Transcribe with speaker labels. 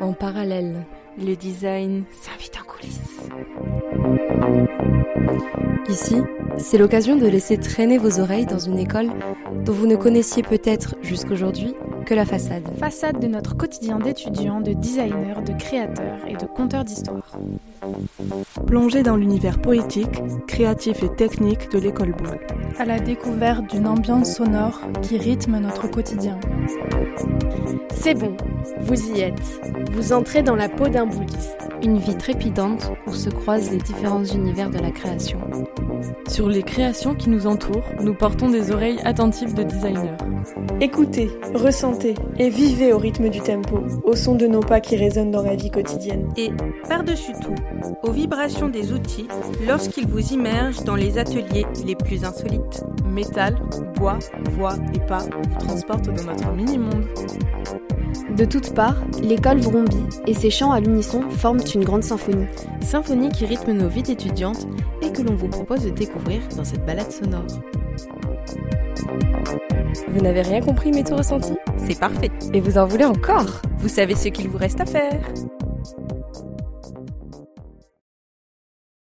Speaker 1: En parallèle,
Speaker 2: le design s'invite en coulisses.
Speaker 1: Ici, c'est l'occasion de laisser traîner vos oreilles dans une école dont vous ne connaissiez peut-être jusqu'aujourd'hui que la façade.
Speaker 3: Façade de notre quotidien d'étudiants, de designers, de créateurs et de conteurs d'histoire.
Speaker 4: Plongez dans l'univers poétique, créatif et technique de l'école Boulle.
Speaker 5: À la découverte d'une ambiance sonore qui rythme notre quotidien.
Speaker 6: C'est bon, vous y êtes. Vous entrez dans la peau d'un bouddhiste.
Speaker 7: Une vie trépidante où se croisent les différents univers de la création.
Speaker 8: Sur les créations qui nous entourent, nous portons des oreilles attentives de designers.
Speaker 9: Écoutez, ressentez et vivez au rythme du tempo, au son de nos pas qui résonnent dans la vie quotidienne.
Speaker 10: Et, par-dessus tout, aux vibrations des outils lorsqu'ils vous immergent dans les ateliers les plus insolites.
Speaker 11: Métal, bois, voix et pas vous transportent dans notre mini-monde.
Speaker 12: De toutes parts, l'école vrombit et ses chants à l'unisson forment une grande symphonie.
Speaker 13: Symphonie qui rythme nos vies d'étudiantes et que l'on vous propose de découvrir dans cette balade sonore.
Speaker 1: Vous n'avez rien compris mais tout ressenti
Speaker 10: C'est parfait.
Speaker 1: Et vous en voulez encore
Speaker 10: Vous savez ce qu'il vous reste à faire.